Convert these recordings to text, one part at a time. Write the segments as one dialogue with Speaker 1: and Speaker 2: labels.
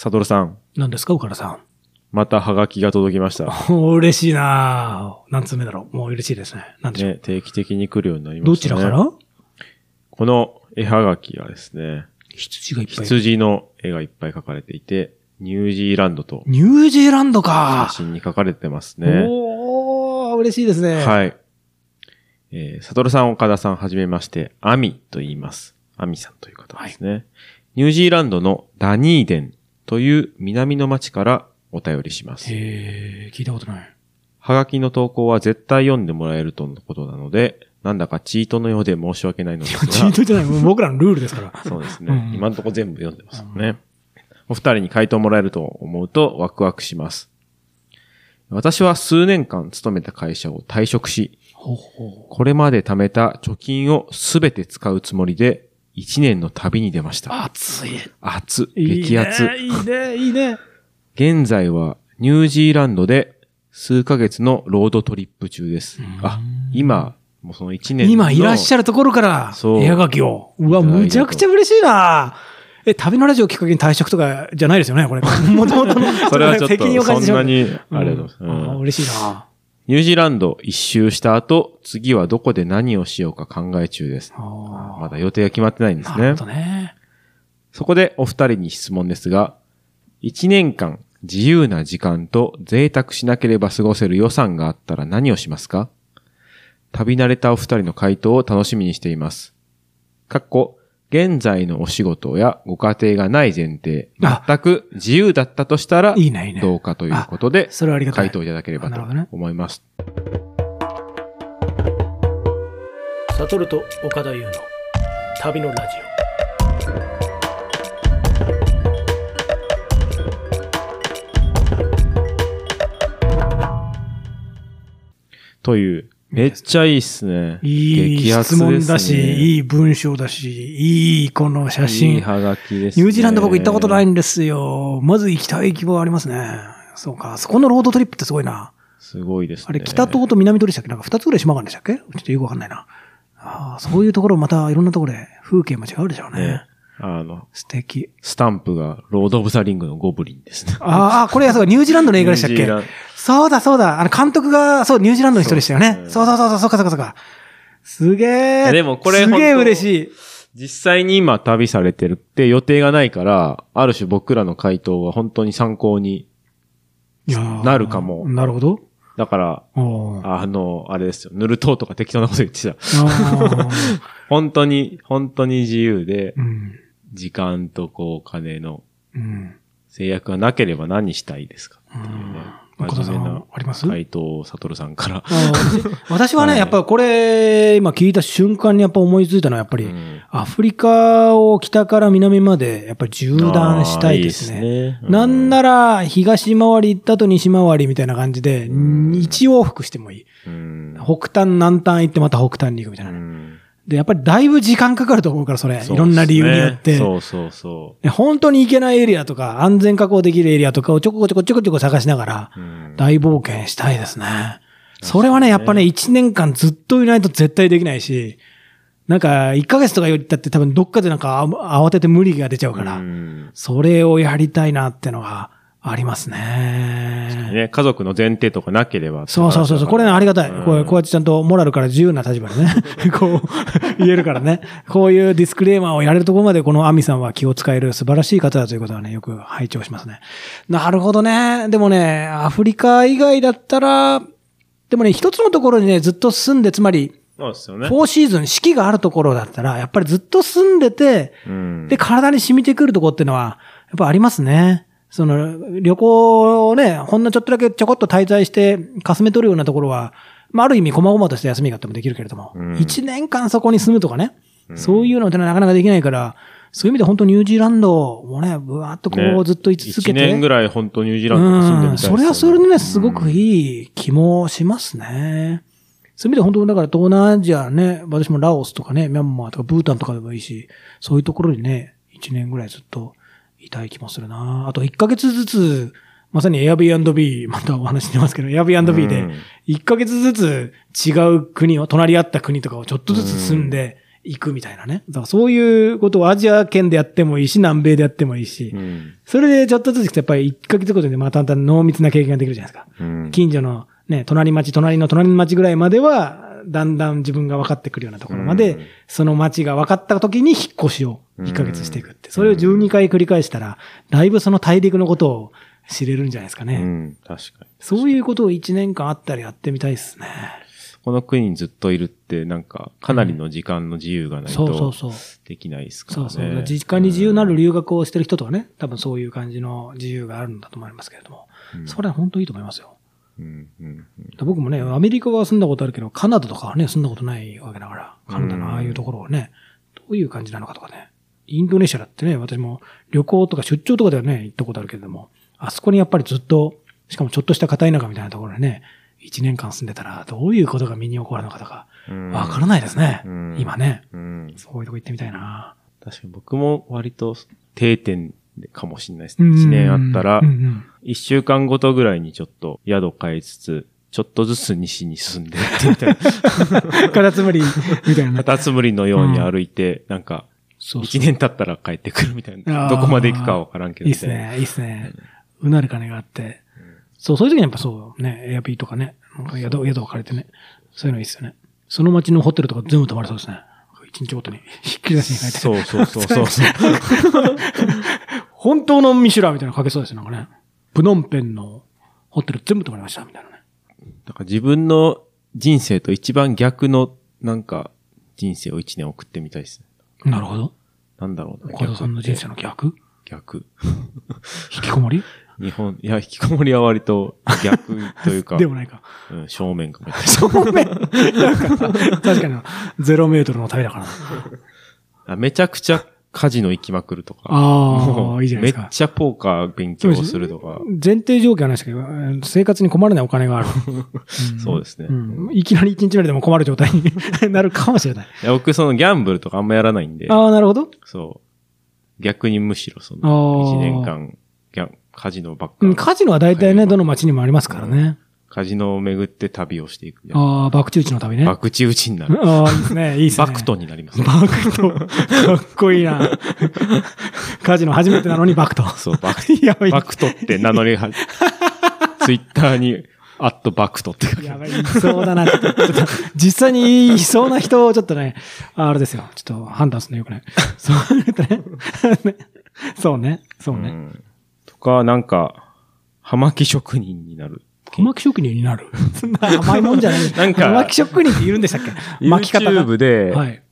Speaker 1: サトルさん、
Speaker 2: 何ですか、岡田さん。
Speaker 1: またハガキが届きました。
Speaker 2: お嬉しいなぁ。何通目だろう。もう嬉しいですね。何でしょう。
Speaker 1: ね、定期的に来るようになりま
Speaker 2: ど
Speaker 1: した、
Speaker 2: ち
Speaker 1: ね。
Speaker 2: らから
Speaker 1: この絵ハガキがですね、
Speaker 2: 羊がいっぱい。
Speaker 1: 羊の絵がいっぱい描かれていて、ニュージーランドと
Speaker 2: ニュージーランド
Speaker 1: 写
Speaker 2: か。
Speaker 1: 真に描かれてますね。
Speaker 2: おー、嬉しいですね。
Speaker 1: はい。えー、サトルさん、岡田さん、はじめまして、アミと言います。アミさんという方ですね。ニュージーランドのダニーデンという南の町からお便りします。
Speaker 2: えー、聞いたことない。
Speaker 1: はがきの投稿は絶対読んでもらえるとのことなので、なんだかチートのようで申し訳ないのです
Speaker 2: チー
Speaker 1: が、
Speaker 2: トじゃない。もう僕らのルールですから。
Speaker 1: そうですね。
Speaker 2: うん
Speaker 1: 今のところ全部読んでますよね。お二人に回答もらえると思うとワクワクします。私は数年間勤めた会社を退職し、
Speaker 2: ほうほう。
Speaker 1: これまで貯めた貯金をすべて使うつもりで、一年の旅に出ました。
Speaker 2: 熱い。
Speaker 1: 熱、
Speaker 2: いいね
Speaker 1: 激熱。
Speaker 2: いいね、いいね。
Speaker 1: 現在はニュージーランドで数ヶ月のロードトリップ中です。あ、今、もうその1年の。
Speaker 2: 今いらっしゃ
Speaker 1: る。
Speaker 2: るところから、
Speaker 1: そう
Speaker 2: 絵はがきを。うわ、
Speaker 1: いただいたと
Speaker 2: むちゃくちゃ嬉しいなえ、旅のラジオをきっかけに退職とかじゃないですよね、 これ。もともとの。
Speaker 1: それはちょっ
Speaker 2: 責任を
Speaker 1: と、
Speaker 2: 感じ
Speaker 1: そ
Speaker 2: て
Speaker 1: ん
Speaker 2: し
Speaker 1: な
Speaker 2: まう
Speaker 1: に、あれだ、
Speaker 2: うん
Speaker 1: うん
Speaker 2: あ嬉しいな
Speaker 1: ニュージーランド一周した後、次はどこで何をしようか考え中です。
Speaker 2: あ
Speaker 1: まだ予定が決まってないんです
Speaker 2: な
Speaker 1: ね
Speaker 2: るほ。どね。
Speaker 1: そこでお二人に質問ですが、1年間自由な時間と贅沢しなければ過ごせる予算があったら何をしますか旅慣れたお二人の回答を楽しみにしています。かっこ、現在のお仕事やご家庭がない前提、
Speaker 2: あ
Speaker 1: 全く自由だったとしたら
Speaker 2: いいね、いいね。
Speaker 1: どうかということで、
Speaker 2: それはありがた
Speaker 1: 回
Speaker 2: い。
Speaker 1: 答いただければと
Speaker 2: あなるほどね
Speaker 1: 思います。
Speaker 3: サトルと岡田優の旅のラジ
Speaker 1: という、めっちゃいいっすね。
Speaker 2: いい
Speaker 1: 激アツ
Speaker 2: 質
Speaker 1: ですね
Speaker 2: 問だし、いい文章だし、いいこの写真。
Speaker 1: いいハガキです、ね。
Speaker 2: ニュージーランド僕行ったことないんですよ。まず行きたい希望ありますね。そうか。そこのロードトリップってすごいな。
Speaker 1: すごいですね。
Speaker 2: あれ、北島と南島でしたっけなんか二つぐらい島があるんでしたっけちょっとよくわかんないな。ああ、そういうところまたいろんなところで風景も違うでしょうね。
Speaker 1: ね。あの、
Speaker 2: 素敵。
Speaker 1: スタンプがロード・オブ・ザ・リングのゴブリンですね。
Speaker 2: ああ、これ、そうかニュージーランドの映画でしたっ
Speaker 1: ニュー
Speaker 2: け
Speaker 1: ジーラン
Speaker 2: そうだ、そうだ。あの、監督が、そう、ニュージーランドの人でしたよね。
Speaker 1: そ
Speaker 2: そううそうそうそう、そうかそうかそうか。すげ
Speaker 1: いや
Speaker 2: え。
Speaker 1: でもこれ
Speaker 2: すげえ
Speaker 1: 本当
Speaker 2: 嬉しい。
Speaker 1: 実際に今旅されてるって予定がないから、ある種僕らの回答は本当に参考に。
Speaker 2: いやー
Speaker 1: なるかも
Speaker 2: なるほど。
Speaker 1: だから、
Speaker 2: おー
Speaker 1: あの、あれですよ、ヌルトーとか適当なこと言ってた。
Speaker 2: あー
Speaker 1: 本当に、本当に自由で
Speaker 2: う、ん。
Speaker 1: 時間とこうお金の
Speaker 2: うん。
Speaker 1: 制約がなければ何したいですかっていうね。
Speaker 2: うん岡田さん
Speaker 1: 真面目
Speaker 2: は
Speaker 1: な
Speaker 2: あります
Speaker 1: 回答を悟さんから。
Speaker 2: あー私は
Speaker 1: は
Speaker 2: ね、
Speaker 1: い
Speaker 2: やっぱこれ、今聞いた瞬間にやっぱ思いついたのは、やっぱり、
Speaker 1: うん
Speaker 2: アフリカを北から南まで、やっぱり縦断したいです
Speaker 1: あ
Speaker 2: ね。
Speaker 1: ーいいですね
Speaker 2: なんなら、東回り行った後西回りみたいな感じで、
Speaker 1: ん
Speaker 2: 一往復してもいい。
Speaker 1: うん
Speaker 2: 北端、南端行ってまた北端に行くみたいな
Speaker 1: う
Speaker 2: ね。
Speaker 1: ん
Speaker 2: で、やっぱりだいぶ時間かかると思うから、それ。いろんな理由によって。
Speaker 1: そうそうそ
Speaker 2: ね本当に行けないエリアとか、安全確保できるエリアとかをちょこちょこちょこちょこ探しながら、
Speaker 1: う。うん
Speaker 2: 大冒険したいですね。それはね、やっぱね、1年間ずっといないと絶対できないし、なんか、1ヶ月とかよりだって多分どっかでなんかあ慌てて無理が出ちゃうから、
Speaker 1: うん
Speaker 2: それをやりたいなってのがありますね。
Speaker 1: ね、家族の前提とかなければ。
Speaker 2: そうそうそうそう。これね、ありがたい。こうこうやってちゃんとモラルから自由な立場 でね、こう言えるからね。こういうディスクレーマーをやれるところまでこのアミさんは気を使える素晴らしい方だということはね、よく拝聴しますね。なるほどね。でもね、アフリカ以外だったら、でもね、一つのところにね、ずっと住んで、つまり、
Speaker 1: そうですよね。
Speaker 2: 4シーズン、四季があるところだったら、やっぱりずっと住んでて、
Speaker 1: うん
Speaker 2: で、体に染みてくるとこってのは、やっぱありますね。その、旅行をね、ほんのちょっとだけちょこっと滞在して、かすめ取るようなところは、まあ、ある意味、こまごまとした休みがあってもできるけれども、
Speaker 1: うん
Speaker 2: 一1年間そこに住むとかね、
Speaker 1: うん
Speaker 2: そういうのってのはなかなかできないから、そういう意味で本当ニュージーランドもね、ぶわーっとこ
Speaker 1: ね
Speaker 2: うずっと居続け
Speaker 1: 一
Speaker 2: て、
Speaker 1: 年ぐらい本当ニュージーランドに住んでみたいですよ
Speaker 2: うんそれはそれでね、すごく
Speaker 1: い。
Speaker 2: いい気もしますね。そういう意味で本当、だから東南アジアね、私もラオスとかね、ミャンマーとかブータンとかでもいいし、そういうところにね、1年ぐらいずっといたい気もするなあと1ヶ月ずつ、まさに Airbnb、またお話してますけど、Airbnb
Speaker 1: う
Speaker 2: で
Speaker 1: ん、
Speaker 2: 1ヶ月ずつ違う国を、隣り合った国とかをちょっとずつ住んで、行くみたいなね。だからそういうことをアジア圏でやってもいいし、南米でやってもいいし、
Speaker 1: うん。
Speaker 2: それでちょっとずつやっぱり1ヶ月ごとにまた々濃密な経験ができるじゃないですか。
Speaker 1: うん。
Speaker 2: 近所のね、隣町、隣の隣の町ぐらいまでは、だんだん自分が分かってくるようなところまで、
Speaker 1: うん
Speaker 2: その町が分かった時に引っ越しを1ヶ月していくって。
Speaker 1: うん
Speaker 2: それを12回繰り返したら、だいぶその大陸のことを知れるんじゃないですかね。
Speaker 1: うん。確かに。
Speaker 2: そういうことを1年間あったらやってみたいですね。
Speaker 1: この国にずっといるって、なんか、かなりの時間の自由がない
Speaker 2: そうそ
Speaker 1: と、
Speaker 2: うそう。
Speaker 1: できないですから
Speaker 2: そ
Speaker 1: ね。
Speaker 2: うそう。実家に自由なる留学をしてる人とはね、多分そういう感じの自由があるんだと思いますけれども、
Speaker 1: うん
Speaker 2: それは本当いいと思いますよ。
Speaker 1: うん。うん。うん
Speaker 2: 僕もね、アメリカは住んだことあるけど、カナダとかはね、住んだことないわけだから、カナダのああいうところをね、どういう感じなのかとかね。インドネシアだってね、私も旅行とか出張とかではね、行ったことあるけれども、あそこにやっぱりずっと、しかもちょっとした片田舎みたいなところでね、1年間住んでたら、どういうことが身に起こるのかとか、
Speaker 1: うん
Speaker 2: わからないですね
Speaker 1: うん。
Speaker 2: 今ね。
Speaker 1: うん。
Speaker 2: そういうとこ行ってみたいな。
Speaker 1: 確かに僕も割と定点かもしれないですね。1年あったら
Speaker 2: うん、うん
Speaker 1: 1週間ごとぐらいにちょっと宿変えつつ、ちょっとずつ西に進んでってみたいな。
Speaker 2: カタツムリ みたいな
Speaker 1: カ。タツムリのように歩いて、なんか、
Speaker 2: そうそ
Speaker 1: 1
Speaker 2: う
Speaker 1: 年経ったら帰ってくるみたい
Speaker 2: あ
Speaker 1: な。
Speaker 2: ー
Speaker 1: どこまで行くかわからんけど。
Speaker 2: いいっすね、いいっすね。うなる金があって。そう、そういう時にやっぱそうね、エアピーとかね、なんか宿、宿を借りてね、そういうのいいっすよね。その街のホテルとか全部泊まれそうですね。一日ごとにひっきり出しに変えて。
Speaker 1: そうそうそうそう そう。
Speaker 2: 本当のミシュラーみたいなのかけそうですね、なんかね。プノンペンのホテル全部泊まりました、みたいなね。
Speaker 1: だから自分の人生と一番逆の、なんか、人生を1年送ってみたいですね。
Speaker 2: なるほど。
Speaker 1: なんだろうな。
Speaker 2: 岡田さんの人生の逆
Speaker 1: 逆。
Speaker 2: 引きこもり
Speaker 1: 日本、いや、引きこもりは割と逆と いうか、
Speaker 2: でもないか。
Speaker 1: うん、正面かもしれない
Speaker 2: 正面なんか確かに、ゼロメートルの旅だからな。
Speaker 1: あめちゃくちゃカジノ行きまくるとか。
Speaker 2: ああ、いいじゃないですか。
Speaker 1: めっちゃポーカー勉強するとか。
Speaker 2: 前提条件はないですけど、生活に困らないお金 がある。
Speaker 1: そうですね。
Speaker 2: うんいきなり1日目でも困る状態に なるかもしれない。
Speaker 1: いや僕、そのギャンブルとかあんまやらないんで、
Speaker 2: ああ、なるほど。
Speaker 1: そう。逆にむしろそ
Speaker 2: あ
Speaker 1: の、一
Speaker 2: ー
Speaker 1: 年間、ギャンカジノばっか
Speaker 2: うん、カジノは大体ね、どの街にもありますからね。
Speaker 1: カジノを巡って旅をしていくみたいな。
Speaker 2: ああ、爆中地の旅ね。あ
Speaker 1: 博打打ちになる。
Speaker 2: あー、いいです ね。いいですね。
Speaker 1: バク。トになります、ね。
Speaker 2: バク ト。かっこいいな。カジノ初めてなのにバク ト。
Speaker 1: そう、バク
Speaker 2: やばい。
Speaker 1: バクトって名乗り は、ツイッターに、アットバクトって書いてあ
Speaker 2: や
Speaker 1: る
Speaker 2: ばい、いそうだな。ちょっと、ちょっと実際にいそうな人をちょっとね、ああれですよ。ちょっと判断するのよくない。そうね。そうね。そう
Speaker 1: う
Speaker 2: ね。
Speaker 1: んとか、なんか、葉巻職人になる。
Speaker 2: 葉巻職人になる。そんな 甘いもんじゃない。
Speaker 1: なんか
Speaker 2: 葉巻職人っているんでしたっけ巻き方が。
Speaker 1: YouTube で、
Speaker 2: はい。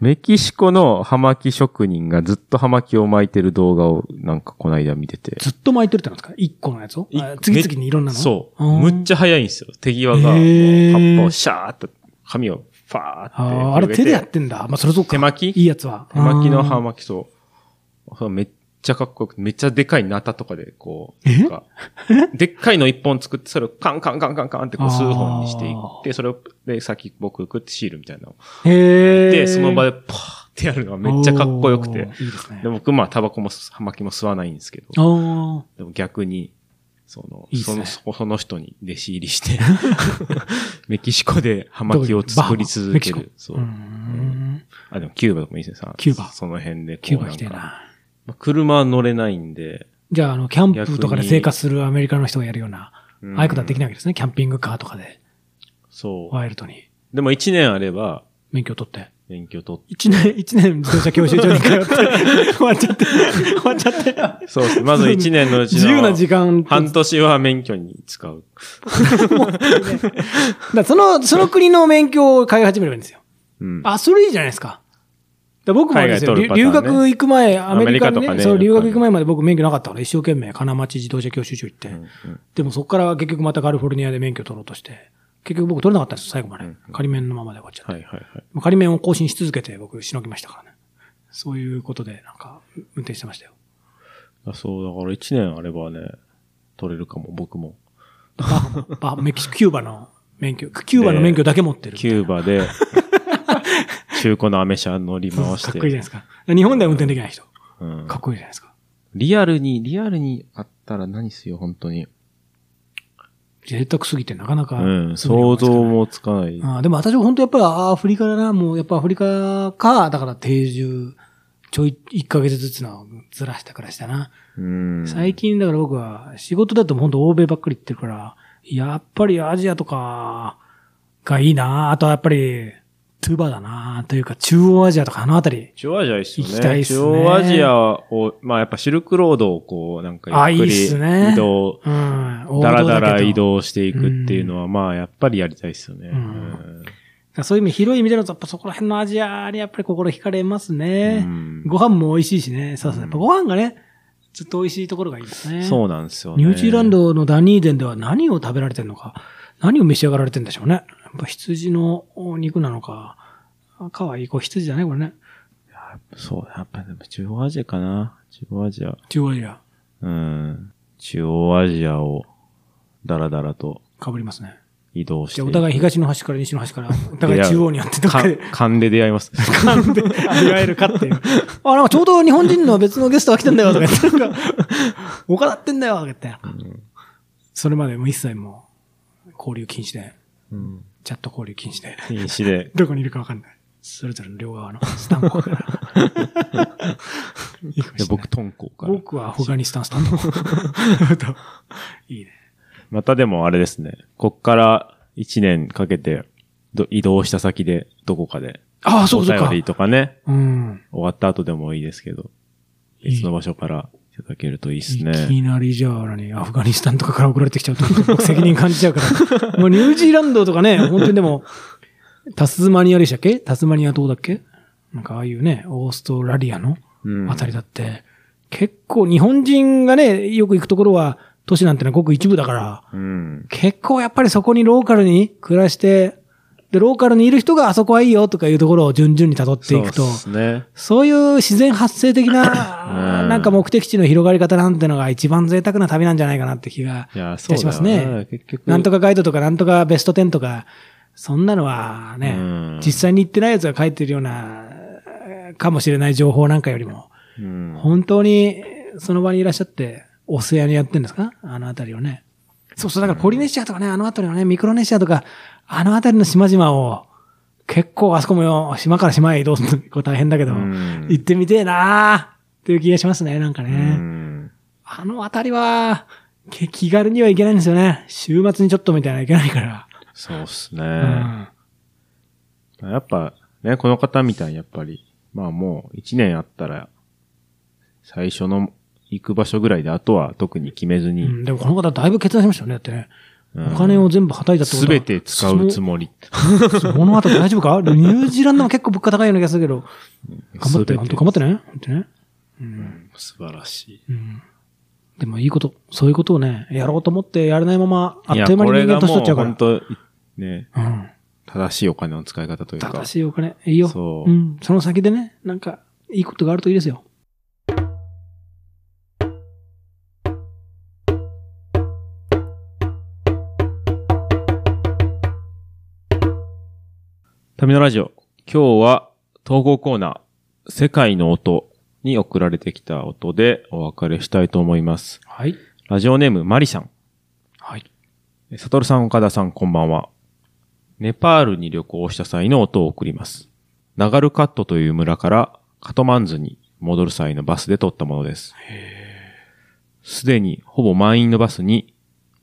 Speaker 1: メキシコの葉巻職人がずっと葉巻を巻いてる動画をなんかこの間見てて。
Speaker 2: ずっと巻いてるってなんですか一個のやつをあ次々にいろんなの
Speaker 1: そう。
Speaker 2: ん
Speaker 1: むっちゃ早いんですよ。手際が。
Speaker 2: へー
Speaker 1: もう葉っぱをシャーっと、髪をファーって
Speaker 2: あああれ手でやってんだ。まあ、それそうか
Speaker 1: 手巻き
Speaker 2: いいやつは。
Speaker 1: 手巻きの
Speaker 2: あ
Speaker 1: 葉
Speaker 2: ー
Speaker 1: 巻そう。そうめっちゃかっこよくて、めっちゃでかいナタとかで、こう、
Speaker 2: え
Speaker 1: なんかでっかいの一本作って、それをカンカンカンカンカンってこう
Speaker 2: あー
Speaker 1: 数本にしていって、それを、で、先僕食ってシールみたいなのを。
Speaker 2: へえ。
Speaker 1: で、その場でパーってやるのがめっちゃかっこよくて
Speaker 2: お。ーいいですね
Speaker 1: で。僕、まあ、タバコも、葉巻も吸わないんですけど。
Speaker 2: ああ。
Speaker 1: でも逆に、その、
Speaker 2: いいっ
Speaker 1: そ
Speaker 2: す
Speaker 1: の、
Speaker 2: ね
Speaker 1: そその人に弟子入り して、メキシコで葉巻を作り続け
Speaker 2: どこメ
Speaker 1: る。
Speaker 2: キシ
Speaker 1: そ
Speaker 2: コ
Speaker 1: う。
Speaker 2: うーん。
Speaker 1: あ、でもキューバとかもいいですね。さ
Speaker 2: キューバ
Speaker 1: その辺でこう。
Speaker 2: キューバ行きたい
Speaker 1: んか
Speaker 2: な。
Speaker 1: まあ車は乗れないんで。
Speaker 2: じゃあ、あの、キャンプと
Speaker 1: 逆
Speaker 2: かで
Speaker 1: に
Speaker 2: 生活するアメリカの人がやるような、
Speaker 1: うん
Speaker 2: ああいうことはできないわけですね。キャンピングカーとかで、
Speaker 1: そ
Speaker 2: ワイルドに
Speaker 1: う。でも一年あれば、
Speaker 2: 免許を取って。
Speaker 1: 勉強取っ
Speaker 2: 一年、一年自動車教習所に通 って、終わっちゃって、終わっちゃって。
Speaker 1: て。そうです。まず一年のうちの。
Speaker 2: 自由な時間
Speaker 1: 半年は免許に使う。
Speaker 2: だからその、その国の免許を買い始めればいいんですよ。
Speaker 1: うん。
Speaker 2: あ、それいいじゃないですか。だから僕もあれですよ、
Speaker 1: 海外取
Speaker 2: 留
Speaker 1: るパターンね
Speaker 2: 学行く前、アメリカにね、
Speaker 1: アメリカとかね
Speaker 2: そう、留学行く前まで僕免許なかったから、一生懸命金町自動車教習所行って、でもそこから結局またカリフォルニアで免許取ろうとして、結局僕取れなかったんですよ、最後まで。仮免のままで終わっちゃって。
Speaker 1: はいはいはい。
Speaker 2: 仮免を更新し続けて僕しのぎましたからね。そういうことで、なんか、運転してましたよ。
Speaker 1: あそう、だから一年あればね、取れるかも、僕も。
Speaker 2: ババ メキシコ、キューバの免許、キューバの免許だけ持ってるみた
Speaker 1: キ
Speaker 2: いな。
Speaker 1: ューバ で、中古のアメ車乗り回して。
Speaker 2: かっこいいじゃないですか。日本では運転できない人。
Speaker 1: うん
Speaker 2: かっこいいじゃないですか。
Speaker 1: リアルに、リアルにあったら何すよ、本当に。
Speaker 2: 贅沢すぎてなかなか、
Speaker 1: うん、想像。もつかない。
Speaker 2: あーでも私は本当やっぱりアフリカだな、もうやっぱアフリカか、だから定住、ちょい、1ヶ月ずつのずらしたからしたな。
Speaker 1: うん。
Speaker 2: 最近だから僕は仕事だと本当欧米ばっかり行ってるから、やっぱりアジアとかがいいなあとはやっぱりトゥバだなというか中央アジアとかあのあたり。
Speaker 1: 中央アジアいいっすよね。
Speaker 2: 行きたいっすね
Speaker 1: 中央アジアを、まあやっぱシルクロードをこう、なんか
Speaker 2: あ
Speaker 1: ゆっく
Speaker 2: いいっすね
Speaker 1: り移動、
Speaker 2: うん。王道
Speaker 1: だらだ
Speaker 2: け
Speaker 1: ら
Speaker 2: ど
Speaker 1: 移。動していくっていうのは、まあやっぱりやりたいっすよね。
Speaker 2: うんそういう意味、広い意味での、やっぱそこら辺のアジアにやっぱり心惹かれますね。
Speaker 1: うん
Speaker 2: ご飯も美味しいしね。そうですね。
Speaker 1: うん
Speaker 2: やっぱご飯がね、ずっと美味しいところがいいですね。
Speaker 1: そうなんですよね。
Speaker 2: ニュージーランドのダニーデンでは何を食べられてるのか、何を召し上がられてるんでしょうね。やっぱ羊のお肉なのか、あかわいい子羊だね、これね。
Speaker 1: そう、やっぱでも中央アジアかな。中央アジア。
Speaker 2: 中央アジア、
Speaker 1: うん。中央アジアを、だらだらと
Speaker 2: かぶりますね。
Speaker 1: 移動して
Speaker 2: じゃあ、お互い東の端から西の 端から、お互い中央にあって、どっ か
Speaker 1: か
Speaker 2: で、
Speaker 1: 勘で出会い ます。
Speaker 2: なんで出会えるかっていう。あ、なんかちょうど日本人の別のゲストが来てんだよ、とか言って、 なんか、岡田ってんだよ、とか言って、それまでもう一切もう、交流禁止で、
Speaker 1: うん。
Speaker 2: チャット交流禁止で。
Speaker 1: 禁止で。
Speaker 2: どこにいるかわかんない。それぞれの両側のスタン コから。いいかもしれない
Speaker 1: で僕、トンコから。
Speaker 2: 僕はアフガニスタンス タンコ。いいね。
Speaker 1: またでもあれですね。こっから1年かけて、ど移動した先で、どこかで。
Speaker 2: ああ、そうかそう
Speaker 1: お
Speaker 2: か
Speaker 1: 便。りとかね。
Speaker 2: うん。
Speaker 1: 終わった後でもいいですけど。
Speaker 2: いい
Speaker 1: 別の場所からいただけるといいです
Speaker 2: い
Speaker 1: ね。
Speaker 2: きなりじゃあ、何、アフガニスタンとかから送られてきちゃうと、僕責任感じちゃ うから。もうニュージーランドとかね、本当にでも、タスマニアでしたっけタスマニア島だっけなんかああいうね、オーストラリアの
Speaker 1: うん
Speaker 2: あたりだって、結構日本人がね、よく行くところは、都市なんてのはごく一部だから、
Speaker 1: うん。
Speaker 2: 結構やっぱりそこにローカルに暮らして、で、ローカルにいる人があそこはいいよとかいうところを順々に辿っていくと、
Speaker 1: そう
Speaker 2: そ
Speaker 1: で
Speaker 2: う
Speaker 1: すね。
Speaker 2: いう自然発生的な、
Speaker 1: うん
Speaker 2: なんか目的地の広がり方なんてのが一番贅沢な旅なんじゃないかなって気が
Speaker 1: いや、そ
Speaker 2: た
Speaker 1: う
Speaker 2: し
Speaker 1: だ
Speaker 2: ます
Speaker 1: よね。
Speaker 2: ね。
Speaker 1: 結局。
Speaker 2: なんとかガイドとかなんとかベスト10とか、そんなのはね、
Speaker 1: うん
Speaker 2: 実際に行ってないやつが書いてるような、かもしれない情報なんかよりも、
Speaker 1: うん。
Speaker 2: 本当にその場にいらっしゃって、オセアニアやってるんですかあの辺りをね。そうそう、だからポリネシアとかね、あの辺りのね、ミクロネシアとか、あの辺りの島々を、結構あそこもよ、島から島へ移動するのこう大変だけど、
Speaker 1: うん
Speaker 2: 行ってみてえなーっていう気がしますね、なんかね。
Speaker 1: うん
Speaker 2: あの辺りは、け気軽には行けないんですよね。週末にちょっとみたいなの行けないから。
Speaker 1: そうっす
Speaker 2: う
Speaker 1: ね。
Speaker 2: ん。
Speaker 1: やっぱ、ね、この方みたいにやっぱり、まあもう一年あったら、最初の行く場所ぐらいで、あとは特に決めず
Speaker 2: う
Speaker 1: に、
Speaker 2: ん、でもこの方だいぶ決断しましたよね、だってね。
Speaker 1: うん
Speaker 2: お金を全部はたいたってこと
Speaker 1: す
Speaker 2: は
Speaker 1: べて使うつもり。
Speaker 2: この後大丈 夫かニュージーランドも結構物価高いような気がするけど。頑張って、
Speaker 1: 全て
Speaker 2: 本当頑張ってね。本当ね。うん。
Speaker 1: 素晴らしい。
Speaker 2: うん。でもいいこと、そういうことをね、やろうと思ってやれないまま、あっ
Speaker 1: いや、
Speaker 2: という間に
Speaker 1: これ
Speaker 2: 人間
Speaker 1: が
Speaker 2: 年
Speaker 1: もう
Speaker 2: 取っちゃうから
Speaker 1: 本。当、ね、
Speaker 2: うん。
Speaker 1: 正しいお金の使い方というか。
Speaker 2: 正しいお金、いいよ。。
Speaker 1: そううん
Speaker 2: その先でね、なんか、いいことがあるといいですよ。
Speaker 1: タミノラジオ。今日は統合コーナー、世界の音に送られてきた音でお別れしたいと思います。
Speaker 2: はい。
Speaker 1: ラジオネーム、マリさん。
Speaker 2: はい。
Speaker 1: えサトルさん、岡田さん、こんばんは。ネパールに旅行した際の音を送ります。ナガルカットという村からカトマンズに戻る際のバスで撮ったものです。すでにほぼ満員のバスに、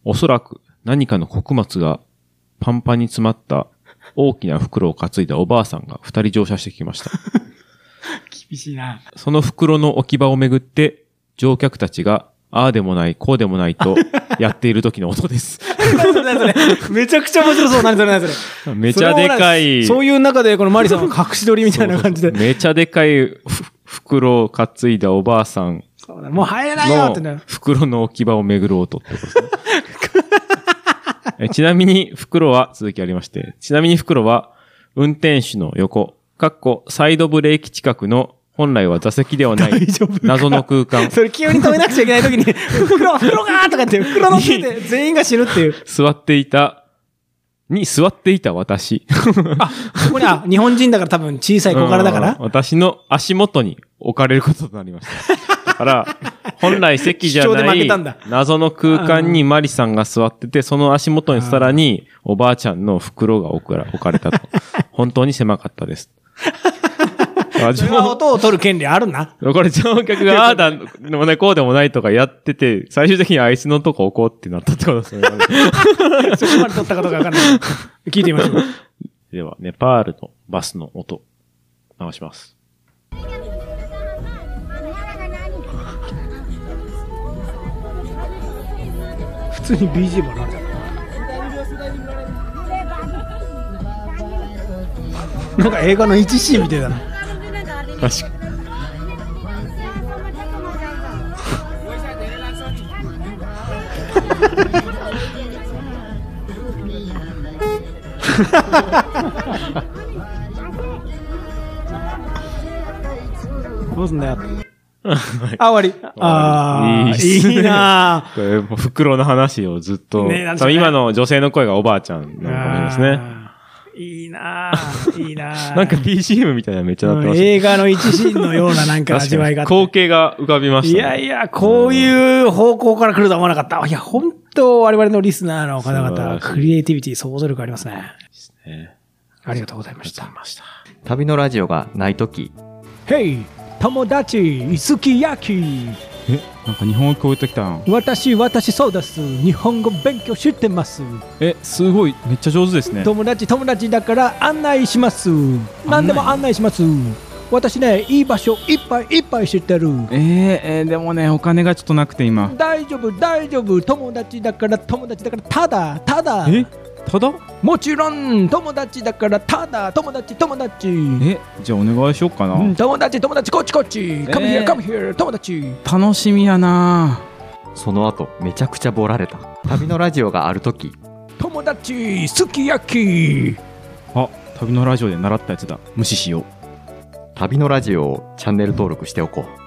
Speaker 1: おそらく何かの穀物がパンパンに詰まった大きな袋を担いだおばあさんが二人乗車してきました。
Speaker 2: 厳しいな。
Speaker 1: その袋の置き場をめぐって、乗客たちが、ああでもない、こうでもないと、やっている時の音です。
Speaker 2: 何それ何それ めちゃくちゃ面白そう。何それ何それ。
Speaker 1: めちゃでかい。
Speaker 2: それはほらそういう中で、このマリさんは隠し撮りみたいな感じで。
Speaker 1: めちゃでかいふ袋を担いだおばあさん
Speaker 2: そうだもう入れないよって
Speaker 1: の
Speaker 2: ね。
Speaker 1: 袋の置き場を巡る音ってことですね。 えちなみに袋は、続きありまして、ちなみに袋は、運転手の横、かっこサイドブレーキ近くの本来は座席ではな
Speaker 2: 大
Speaker 1: い
Speaker 2: 丈夫か
Speaker 1: 謎の空間、
Speaker 2: それ急に止めなくちゃいけない時に、 袋、袋がーとかって、袋のせいで全員が死ぬっていう。
Speaker 1: 座っていた、に座っていた私。
Speaker 2: そこに、あ、日本人だから多分小さい小柄だか
Speaker 1: うん
Speaker 2: ら。
Speaker 1: 私の足元に置かれることとなりました。だから、本来席じゃ
Speaker 2: 主張で
Speaker 1: な
Speaker 2: 負け
Speaker 1: い
Speaker 2: たんだ
Speaker 1: 謎の空間にマリさんが座ってて、その足元にさらにおばあちゃんの袋が置くら置かれ たと。本当に狭かったです。あ
Speaker 2: それは音を取る権利ある な。
Speaker 1: これ乗客が、ああだ、でもね、こうでもないとかやってて、最終的にあいつのとこ置こうってなったってことですね。
Speaker 2: そこまで取ったかどうかわかんない。聞いてみましょう。
Speaker 1: では、ネパールのバスの音、直し ます。
Speaker 2: 普通に BG もなんだなんか映画の1シーンみたいだな。
Speaker 1: 確か
Speaker 2: どうすんだよ。あ、終わり。ああ、
Speaker 1: いいっすね
Speaker 2: いいな
Speaker 1: これ、もう袋の話をずっと、
Speaker 2: ねなんでし
Speaker 1: 多
Speaker 2: ょう
Speaker 1: 分
Speaker 2: ね
Speaker 1: 今の女性の声がおばあちゃん
Speaker 2: ぁ
Speaker 1: なのかもですね。
Speaker 2: あーいいなぁいいなぁ
Speaker 1: なんか BGM みたいなのめっちゃなって
Speaker 2: う
Speaker 1: ま
Speaker 2: ん
Speaker 1: したね。
Speaker 2: 映画の一シーンのようななん
Speaker 1: 確か
Speaker 2: か味
Speaker 1: に
Speaker 2: わいがあって
Speaker 1: 光景が浮かびまし
Speaker 2: い
Speaker 1: た、ね。
Speaker 2: やいや、こういう方向から来るとは思わなかった。いや、本当我々のリスナーの方
Speaker 1: 素晴
Speaker 2: 々、
Speaker 1: らしい
Speaker 2: クリエイティビティ、想像力ありますね。
Speaker 1: ね
Speaker 2: ありがとうございまし
Speaker 1: あり
Speaker 2: た
Speaker 1: がとうござい。ました。
Speaker 4: 旅のラジオがないとき、
Speaker 2: Hey! 友達、すき焼き。
Speaker 5: えなんか日本語聞こえてきたん
Speaker 2: 私、私、そうです。日本語勉強してます。
Speaker 5: えすごいめっちゃ上手ですね
Speaker 2: 友達、友達だから案内します。何でも案内します。私ね、いい場所いっぱいいっぱい知ってる。
Speaker 5: えー、えーでもねお金がちょっとなくて今
Speaker 2: 大丈夫、大丈夫。友達だから、友達だから、ただ、ただ。
Speaker 5: えただ
Speaker 2: もちろん友達だからただ友達友達うん
Speaker 5: えじゃあお願いしよっかな、
Speaker 2: 友達友達こっちこっち Come
Speaker 5: え
Speaker 2: here
Speaker 5: ー
Speaker 2: come here 友達
Speaker 5: 楽しみやな
Speaker 4: その後めちゃくちゃボラれた。旅のラジオがあるとき、
Speaker 2: 友達すき焼き
Speaker 5: あ旅のラジオで習ったやつだ無視しよう
Speaker 4: 旅のラジオをチャンネル登録しておこう。